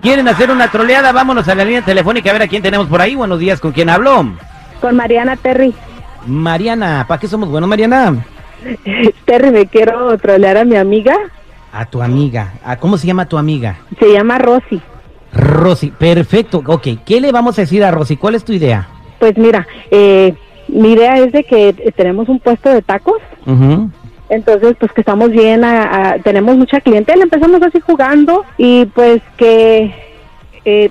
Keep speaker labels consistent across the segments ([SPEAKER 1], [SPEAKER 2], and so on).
[SPEAKER 1] quieren hacer una troleada, vámonos a la línea telefónica a ver a quién tenemos por ahí. Buenos días, ¿con quién habló?
[SPEAKER 2] Con Mariana Terry.
[SPEAKER 1] Mariana, ¿para qué somos buenos, Mariana?
[SPEAKER 2] Terry, me quiero trolear a mi amiga.
[SPEAKER 1] A tu amiga. ¿A ¿Cómo se llama tu amiga?
[SPEAKER 2] Se llama Rosy.
[SPEAKER 1] Rosy, perfecto. Ok, ¿qué le vamos a decir a Rosy? ¿Cuál es tu idea?
[SPEAKER 2] Pues mira, eh, mi idea es de que eh, tenemos un puesto de tacos.
[SPEAKER 1] Ujú.
[SPEAKER 2] Entonces, pues que estamos bien, a- a- tenemos mucha clientela, empezamos así jugando y pues que eh,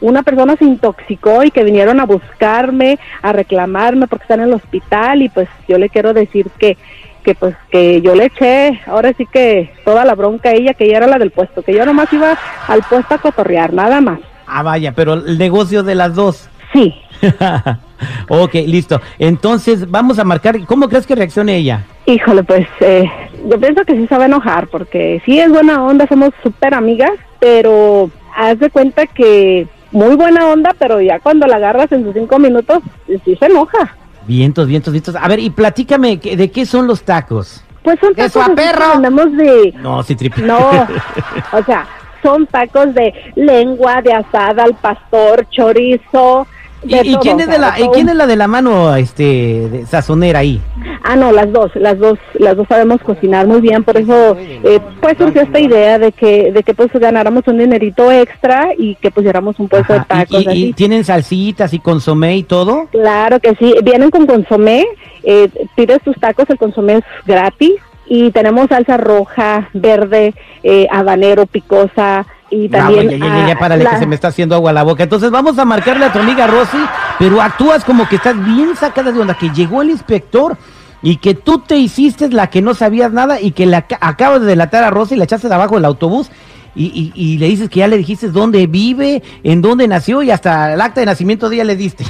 [SPEAKER 2] una persona se intoxicó y que vinieron a buscarme, a reclamarme porque está en el hospital y pues yo le quiero decir que, que pues que yo le eché, ahora sí que toda la bronca a ella, que ella era la del puesto, que yo nomás iba al puesto a cotorrear, nada más.
[SPEAKER 1] Ah, vaya, pero el negocio de las dos.
[SPEAKER 2] Sí,
[SPEAKER 1] ok, listo. Entonces, vamos a marcar. ¿Cómo crees que reaccione ella?
[SPEAKER 2] híjole, pues eh, yo pienso que sí se va a enojar porque sí es buena onda, somos súper amigas, pero haz de cuenta que muy buena onda, pero ya cuando la agarras en sus cinco minutos, sí se enoja.
[SPEAKER 1] Vientos, vientos, vientos. A ver, y platícame, ¿qué- ¿de qué son los tacos?
[SPEAKER 2] Pues son
[SPEAKER 3] ¡Que
[SPEAKER 2] tacos
[SPEAKER 3] su
[SPEAKER 2] así que
[SPEAKER 3] aperro!
[SPEAKER 2] vendemos de...
[SPEAKER 1] No, sí, triple.
[SPEAKER 2] No, o sea, son tacos de lengua, de asada, al pastor, chorizo...
[SPEAKER 1] ¿Y,
[SPEAKER 2] de
[SPEAKER 1] y
[SPEAKER 2] todo,
[SPEAKER 1] quién
[SPEAKER 2] o
[SPEAKER 1] es
[SPEAKER 2] sea,
[SPEAKER 1] de la,
[SPEAKER 2] de
[SPEAKER 1] y
[SPEAKER 2] todo
[SPEAKER 1] quién
[SPEAKER 2] un-
[SPEAKER 1] es la de la mano este de- sazonera ahí?
[SPEAKER 2] Ah, no, las dos, las dos, las dos sabemos cocinar muy bien, por eso eh, pues surgió esta idea de que, de que pues ganáramos un dinerito extra y que pusiéramos un puesto de
[SPEAKER 1] Ajá, y-
[SPEAKER 2] tacos
[SPEAKER 1] y, y
[SPEAKER 2] Pues así.
[SPEAKER 1] tienen salsitas y consomé y todo.
[SPEAKER 2] Claro que sí, vienen con consomé, eh, pides tus tacos, el consomé es gratis y tenemos salsa roja, verde, eh, habanero, picosa y
[SPEAKER 1] Ah,
[SPEAKER 2] también...
[SPEAKER 1] ya, ya, ya, ya,
[SPEAKER 2] ah,
[SPEAKER 1] párale que
[SPEAKER 2] la-
[SPEAKER 1] se me está haciendo agua la boca. Entonces vamos a marcarle a tu amiga Rosy, pero actúas como que estás bien sacada de onda, que llegó el inspector y que tú te hiciste la que no sabías nada y que la ca- acabas de delatar a Rosy y la echaste de abajo del autobús. Y, y- y le dices que ya le dijiste dónde vive, en dónde nació y hasta el acta de nacimiento de ella le diste.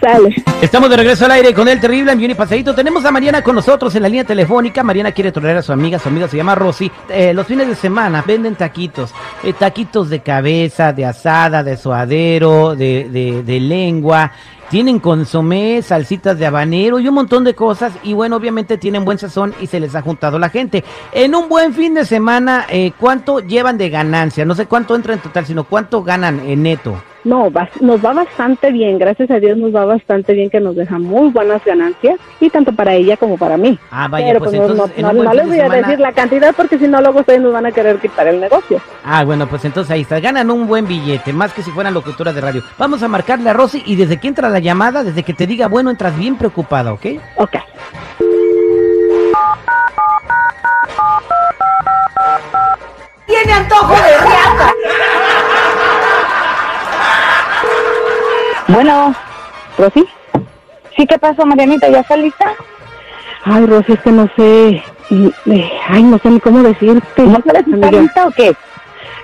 [SPEAKER 2] sale.
[SPEAKER 1] Estamos de regreso al aire con el terrible Ambión y Pasadito. Tenemos a Mariana con nosotros en la línea telefónica. Mariana quiere trolear a su amiga. Su amiga se llama Rosy. Eh, los fines de semana venden taquitos. Eh, taquitos de cabeza, de asada, de suadero, de, de- de lengua. Tienen consomé, salsitas de habanero y un montón de cosas. Y bueno, obviamente tienen buen sazón y se les ha juntado la gente. En un buen fin de semana, eh, ¿cuánto llevan de ganancia? No sé cuánto entra en total, sino cuánto ganan en neto.
[SPEAKER 2] No, bas- nos va bastante bien, gracias a Dios nos va bastante bien que nos deja muy buenas ganancias y tanto para ella como para mí.
[SPEAKER 1] Ah, vaya,
[SPEAKER 2] Pero
[SPEAKER 1] pues,
[SPEAKER 2] pues, no-
[SPEAKER 1] entonces en
[SPEAKER 2] no,
[SPEAKER 1] un
[SPEAKER 2] no,
[SPEAKER 1] buen
[SPEAKER 2] no
[SPEAKER 1] fin
[SPEAKER 2] les
[SPEAKER 1] de
[SPEAKER 2] voy a
[SPEAKER 1] semana-
[SPEAKER 2] decir la cantidad porque si no luego ustedes nos van a querer quitar el negocio.
[SPEAKER 1] Ah, bueno, pues entonces ahí está. Ganan un buen billete, más que si fueran locutoras de radio. Vamos a marcarle a Rosy y desde que entra la llamada, desde que te diga, bueno, entras bien preocupada, ¿ok?
[SPEAKER 2] Ok.
[SPEAKER 3] Tiene antojo de riata.
[SPEAKER 4] Bueno,
[SPEAKER 2] Rosy.
[SPEAKER 4] sí, ¿qué pasó, Marianita? ¿Ya está lista?
[SPEAKER 2] Ay, Rosy, es que no sé. y- eh, Ay, no sé ni cómo decirte.
[SPEAKER 4] ¿No sabes si está
[SPEAKER 2] Amiga.
[SPEAKER 4] lista o qué?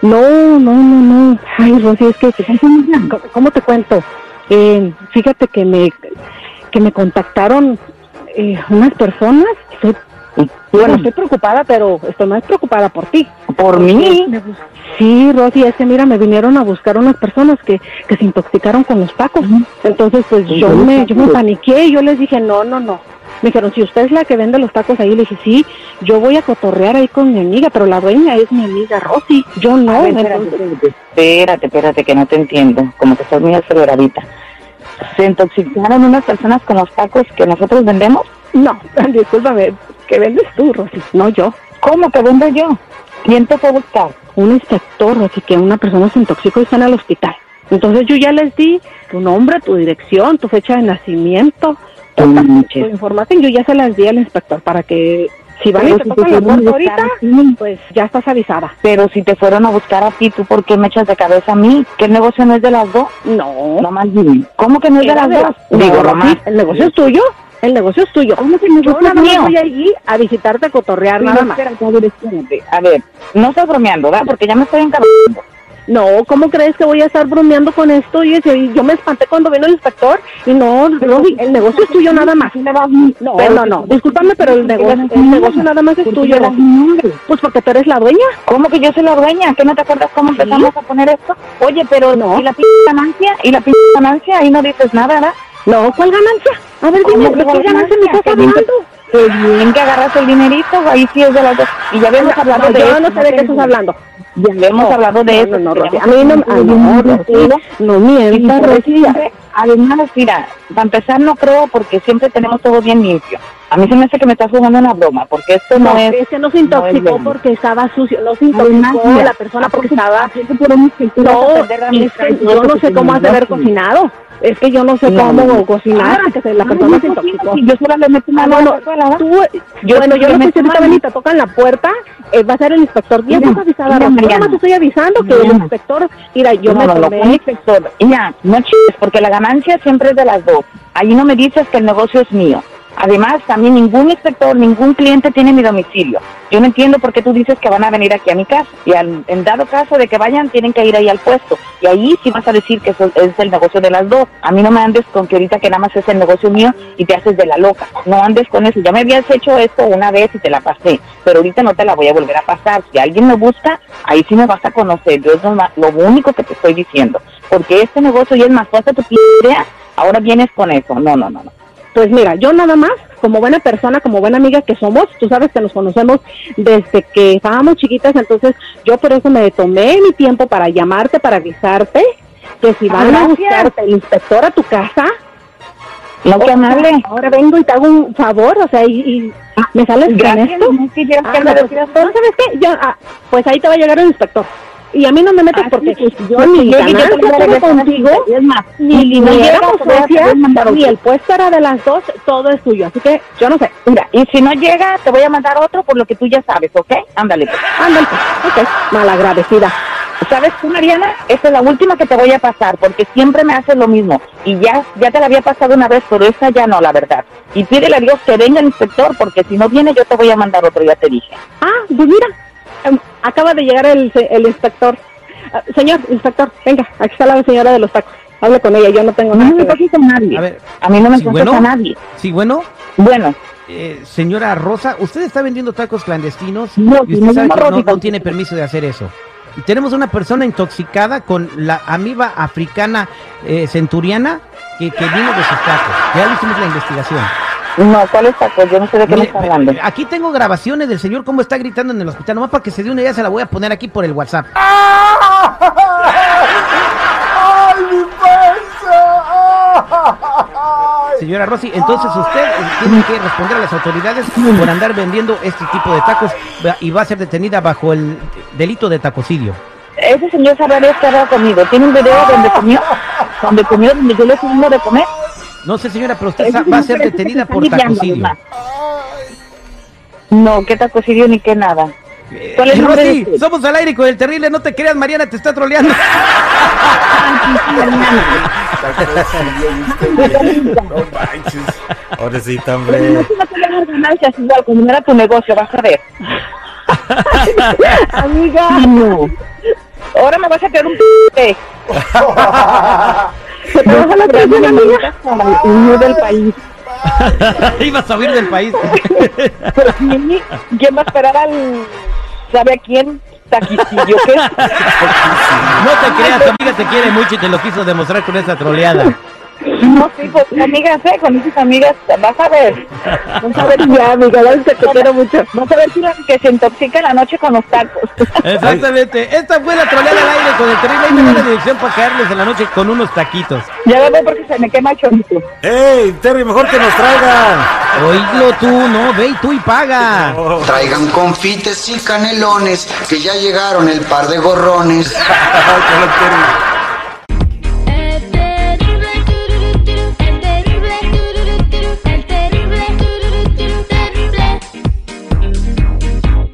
[SPEAKER 2] No, no, no, no. Ay, Rosy, es que. ¿Cómo- ¿Cómo te cuento? Eh, fíjate que me, que me contactaron eh, unas personas. Estoy- bueno, estoy preocupada, pero estoy más preocupada por ti.
[SPEAKER 4] Por mí.
[SPEAKER 2] Me bus- Sí, Rosy, es que mira, me vinieron a buscar unas personas que, que se intoxicaron con los tacos. Entonces, pues yo
[SPEAKER 4] Ujú.
[SPEAKER 2] me, yo me paniqué y yo les dije, no, no, no. Me dijeron, si usted es la que vende los tacos ahí, le dije, sí, yo voy a cotorrear ahí con mi amiga, pero la dueña es mi amiga Rosy. Yo no.
[SPEAKER 4] A ver,
[SPEAKER 2] entonces-
[SPEAKER 4] espérate, espérate, espérate, que no te entiendo. Como que estás muy aceleradita. ¿Se intoxicaron unas personas con los tacos que nosotros vendemos?
[SPEAKER 2] no, discúlpame, que vendes tú, Rosy, no yo.
[SPEAKER 4] ¿Cómo que vendo yo? ¿Quién te fue a buscar?
[SPEAKER 2] Un inspector, Rosy, que una persona se intoxicó y está en el hospital. Entonces yo ya les di tu nombre, tu dirección, tu fecha de nacimiento,
[SPEAKER 4] No
[SPEAKER 2] tu
[SPEAKER 4] manches.
[SPEAKER 2] información, yo ya se las di al inspector para que si van y te
[SPEAKER 4] Pero si pues,
[SPEAKER 2] tocan la
[SPEAKER 4] fueron a
[SPEAKER 2] puerta
[SPEAKER 4] buscar
[SPEAKER 2] ahorita,
[SPEAKER 4] a ti,
[SPEAKER 2] pues ya estás avisada.
[SPEAKER 4] Pero si te fueron a buscar a ti, ¿tú por qué me echas de cabeza a mí? ¿Qué el negocio no es de las dos?
[SPEAKER 2] No.
[SPEAKER 4] Nomás dime. ¿Cómo que no es de
[SPEAKER 2] Era
[SPEAKER 4] las
[SPEAKER 2] de
[SPEAKER 4] dos?
[SPEAKER 2] las- no,
[SPEAKER 4] Digo,
[SPEAKER 2] Rosy,
[SPEAKER 4] nomás.
[SPEAKER 2] El negocio es tuyo. El negocio es tuyo. ¿Cómo que
[SPEAKER 4] negocio
[SPEAKER 2] Yo nada
[SPEAKER 4] es
[SPEAKER 2] más
[SPEAKER 4] mío?
[SPEAKER 2] voy allí a visitarte, a cotorrear, nada más.
[SPEAKER 4] Espérate, a ver, espérate. A ver, no estás bromeando, ¿verdad? Porque ya me estoy encargando.
[SPEAKER 2] No, ¿cómo crees que voy a estar bromeando con esto? Y ese- y yo me espanté cuando vino el inspector. Y no, Rosy, el negocio es tuyo nada más. No, no, no. Discúlpame, pero el negocio, el negocio nada más es tuyo. Rosy. Pues porque tú eres la dueña.
[SPEAKER 4] ¿Cómo que yo soy la dueña? ¿Que no te acuerdas cómo empezamos a poner esto? Oye, pero
[SPEAKER 2] No.
[SPEAKER 4] ¿y la p ganancia? ¿Y la p ganancia? Ahí no dices nada, ¿verdad?
[SPEAKER 2] No, ¿cuál ganancia? A ver, dime,
[SPEAKER 4] ¿Cómo que
[SPEAKER 2] ¿de qué
[SPEAKER 4] ganancia?
[SPEAKER 2] ganancia me estás
[SPEAKER 4] Que veinte-
[SPEAKER 2] hablando?
[SPEAKER 4] Pues bien que agarras el dinerito, ahí sí es de las dos. Y ya habíamos hablado
[SPEAKER 2] No,
[SPEAKER 4] de
[SPEAKER 2] yo
[SPEAKER 4] eso,
[SPEAKER 2] no sé de qué estás
[SPEAKER 4] tenemos-
[SPEAKER 2] hablando.
[SPEAKER 4] Ya habíamos hablado de
[SPEAKER 2] No,
[SPEAKER 4] eso.
[SPEAKER 2] no, Rosy.
[SPEAKER 4] tenemos
[SPEAKER 2] A mí no,
[SPEAKER 4] un
[SPEAKER 2] ah, no,
[SPEAKER 4] grupo,
[SPEAKER 2] Rosy, no
[SPEAKER 4] Y
[SPEAKER 2] mientas,
[SPEAKER 4] por eso
[SPEAKER 2] Rosy.
[SPEAKER 4] siempre, además, mira, para empezar no creo porque siempre tenemos todo bien limpio. A mí se me hace que me estás jugando una broma, porque esto no,
[SPEAKER 2] No,
[SPEAKER 4] es...
[SPEAKER 2] es que no se
[SPEAKER 4] no
[SPEAKER 2] intoxicó
[SPEAKER 4] es
[SPEAKER 2] porque estaba sucio, no se
[SPEAKER 4] Además,
[SPEAKER 2] intoxicó
[SPEAKER 4] mira,
[SPEAKER 2] la persona porque
[SPEAKER 4] aparte-
[SPEAKER 2] estaba...
[SPEAKER 4] aparte podemos que tú vas a
[SPEAKER 2] No,
[SPEAKER 4] perder la
[SPEAKER 2] es
[SPEAKER 4] amistad
[SPEAKER 2] que
[SPEAKER 4] y
[SPEAKER 2] yo
[SPEAKER 4] eso
[SPEAKER 2] no
[SPEAKER 4] que
[SPEAKER 2] sé
[SPEAKER 4] te
[SPEAKER 2] cómo has de haber
[SPEAKER 4] mandaste.
[SPEAKER 2] cocinado. Es que yo no sé
[SPEAKER 4] No,
[SPEAKER 2] cómo
[SPEAKER 4] no.
[SPEAKER 2] cocinar,
[SPEAKER 4] Ah,
[SPEAKER 2] que se- la
[SPEAKER 4] ah,
[SPEAKER 2] persona
[SPEAKER 4] no,
[SPEAKER 2] se
[SPEAKER 4] sí,
[SPEAKER 2] intoxicó.
[SPEAKER 4] sí, Yo solo le meto una
[SPEAKER 2] Ah,
[SPEAKER 4] mano
[SPEAKER 2] bueno,
[SPEAKER 4] a la
[SPEAKER 2] tú,
[SPEAKER 4] Yo
[SPEAKER 2] bueno,
[SPEAKER 4] sí
[SPEAKER 2] Pues yo
[SPEAKER 4] le
[SPEAKER 2] lo que
[SPEAKER 4] meto
[SPEAKER 2] siempre
[SPEAKER 4] mano.
[SPEAKER 2] ven y te tocan la puerta, eh, va a ser el inspector. Ya
[SPEAKER 4] Mira,
[SPEAKER 2] estás avisada,
[SPEAKER 4] mira,
[SPEAKER 2] Rosy. Yo
[SPEAKER 4] Mariana.
[SPEAKER 2] nomás te estoy avisando que el
[SPEAKER 4] Mariana.
[SPEAKER 2] inspector, mira, yo
[SPEAKER 4] No,
[SPEAKER 2] me
[SPEAKER 4] no, lo
[SPEAKER 2] tomé...
[SPEAKER 4] pone inspector. Ya, no chingues, porque la ganancia siempre es de las dos. Ahí no me dices que el negocio es mío. Además, también ningún inspector, ningún cliente tiene mi domicilio. Yo no entiendo por qué tú dices que van a venir aquí a mi casa. Y al- en dado caso de que vayan, tienen que ir ahí al puesto. Y ahí sí vas a decir que eso es el negocio de las dos. A mí no me andes con que ahorita que nada más es el negocio mío y te haces de la loca. No andes con eso. Ya me habías hecho esto una vez y te la pasé. Pero ahorita no te la voy a volver a pasar. Si alguien me busca, ahí sí me vas a conocer. Yo es lo, ma- lo único que te estoy diciendo. Porque este negocio ya es más fuerte tu p- idea. Ahora vienes con eso. No, no, no, no.
[SPEAKER 2] Pues mira, yo nada más, como buena persona, como buena amiga que somos, tú sabes que nos conocemos desde que estábamos chiquitas, entonces yo por eso me tomé mi tiempo para llamarte, para avisarte, que si van a
[SPEAKER 4] Ah, Gracias.
[SPEAKER 2] buscarte el inspector a tu casa,
[SPEAKER 4] No que amable. Ah,
[SPEAKER 2] ahora vengo y te hago un favor, o sea, y, y me sales con
[SPEAKER 4] Gracias.
[SPEAKER 2] esto.
[SPEAKER 4] no quisieras
[SPEAKER 2] Ah,
[SPEAKER 4] que me
[SPEAKER 2] no, pues,
[SPEAKER 4] decieras
[SPEAKER 2] ¿no sabes qué? Yo, ah, pues ahí te va a llegar el inspector. Y a mí no me metas
[SPEAKER 4] Ah,
[SPEAKER 2] porque
[SPEAKER 4] sí,
[SPEAKER 2] yo ni
[SPEAKER 4] llegue, yo
[SPEAKER 2] ganancia
[SPEAKER 4] tengo que
[SPEAKER 2] tengo
[SPEAKER 4] regresar a mi
[SPEAKER 2] contigo,
[SPEAKER 4] casa. Es más,
[SPEAKER 2] ni, ni,
[SPEAKER 4] me llega,
[SPEAKER 2] éramos
[SPEAKER 4] te voy a hacer
[SPEAKER 2] socias,
[SPEAKER 4] un mandado.
[SPEAKER 2] ni el puesto era de las dos, todo es tuyo. Así que yo no sé.
[SPEAKER 4] Mira, y si no llega, te voy a mandar otro por lo que tú ya sabes, ¿ok? Ándale. pues.
[SPEAKER 2] Ándale, ok, malagradecida.
[SPEAKER 4] ¿Sabes tú, Mariana? Esta es la última que te voy a pasar porque siempre me haces lo mismo. Y ya, ya te la había pasado una vez, pero esta ya no, la verdad. Y pídele a Dios que venga el inspector porque si no viene yo te voy a mandar otro, ya te dije.
[SPEAKER 2] Ah, pues mira, em, acaba de llegar el, se- el inspector. Ah, señor, inspector, venga, aquí está la señora de los tacos. Hable con ella, yo no tengo
[SPEAKER 4] No
[SPEAKER 2] nada
[SPEAKER 4] me
[SPEAKER 2] que ver.
[SPEAKER 4] entonces a nadie.
[SPEAKER 1] A ver,
[SPEAKER 4] A, mí no me
[SPEAKER 1] sí,
[SPEAKER 4] entonces
[SPEAKER 1] bueno.
[SPEAKER 4] a nadie.
[SPEAKER 1] sí, bueno,
[SPEAKER 4] Bueno,
[SPEAKER 1] eh, señora Rosa, usted está vendiendo tacos clandestinos
[SPEAKER 4] No,
[SPEAKER 1] y
[SPEAKER 4] si
[SPEAKER 1] usted
[SPEAKER 4] me
[SPEAKER 1] sabe
[SPEAKER 4] llamo
[SPEAKER 1] que no,
[SPEAKER 4] Rosy,
[SPEAKER 1] no tiene permiso de hacer eso. Y tenemos una persona intoxicada con la amiba africana eh, centuriana que, que vino de sus tacos. Ya le hicimos la investigación.
[SPEAKER 4] no, ¿cuál es Paco? Yo no sé de qué me
[SPEAKER 1] Mire,
[SPEAKER 4] estás hablando.
[SPEAKER 1] aquí tengo grabaciones del señor cómo está gritando en el hospital. Nomás para que se dé una idea, se la voy a poner aquí por el WhatsApp.
[SPEAKER 5] ¡Ah! ¡Ay, mi peso! ¡Ay!
[SPEAKER 1] Señora Rossi, entonces usted eh, tiene que responder a las autoridades por andar vendiendo este tipo de tacos va- y va a ser detenida bajo el delito de tacocidio.
[SPEAKER 4] Ese señor sabrá Dios qué habrá comido. ¿Tiene un video donde comió? Donde comió, donde yo le estoy dando de comer.
[SPEAKER 1] No sé, señora, pero usted
[SPEAKER 4] Ese
[SPEAKER 1] sa- va a
[SPEAKER 4] señor
[SPEAKER 1] ser
[SPEAKER 4] parece que
[SPEAKER 1] detenida
[SPEAKER 4] está
[SPEAKER 1] por
[SPEAKER 4] lidiando,
[SPEAKER 1] tacocidio.
[SPEAKER 4] además. No, qué tacocidio ni qué nada.
[SPEAKER 1] Eh,
[SPEAKER 4] ¿Cuál es el nombre de
[SPEAKER 1] Rosy,
[SPEAKER 4] usted?
[SPEAKER 1] somos al aire con el terrible, no te creas, Mariana te está troleando.
[SPEAKER 5] No manches.
[SPEAKER 6] Pobrecita,
[SPEAKER 4] Pero no
[SPEAKER 6] hombre.
[SPEAKER 4] tú no te vas a ganancias igual, como no era tu negocio, vas a ver.
[SPEAKER 2] Amiga,
[SPEAKER 4] no. Ahora me vas a quedar un p.
[SPEAKER 2] ¿te trabaja la atención, amiga?
[SPEAKER 4] No del país.
[SPEAKER 1] Ibas a huir del país.
[SPEAKER 4] Pero ¿quién, quién va a esperar al. ¿Sabe a quién? Taquicillo, ¿qué?
[SPEAKER 1] No te creas, tu amiga te quiere mucho y te lo quiso demostrar con esa troleada.
[SPEAKER 4] No, sí, pues amigas, ¿eh? Con esas amigas, vas a ver. Vas a ver, ya, amiga, vas a ver, te quiero mucho. Vas a ver si la que se intoxica en la noche con los tacos.
[SPEAKER 1] Exactamente. Esta fue la troleada al aire con el terrible. Ahí me da la dirección para caerles en la noche con unos taquitos.
[SPEAKER 4] Ya veo porque se me quema el chorrito.
[SPEAKER 6] ¡Ey, Terry, mejor que nos traigan!
[SPEAKER 1] Oílo tú, no, ve y tú y paga.
[SPEAKER 6] Oh,
[SPEAKER 7] Traigan confites y canelones, que ya llegaron el par de gorrones.
[SPEAKER 6] ay, qué loco, Terry.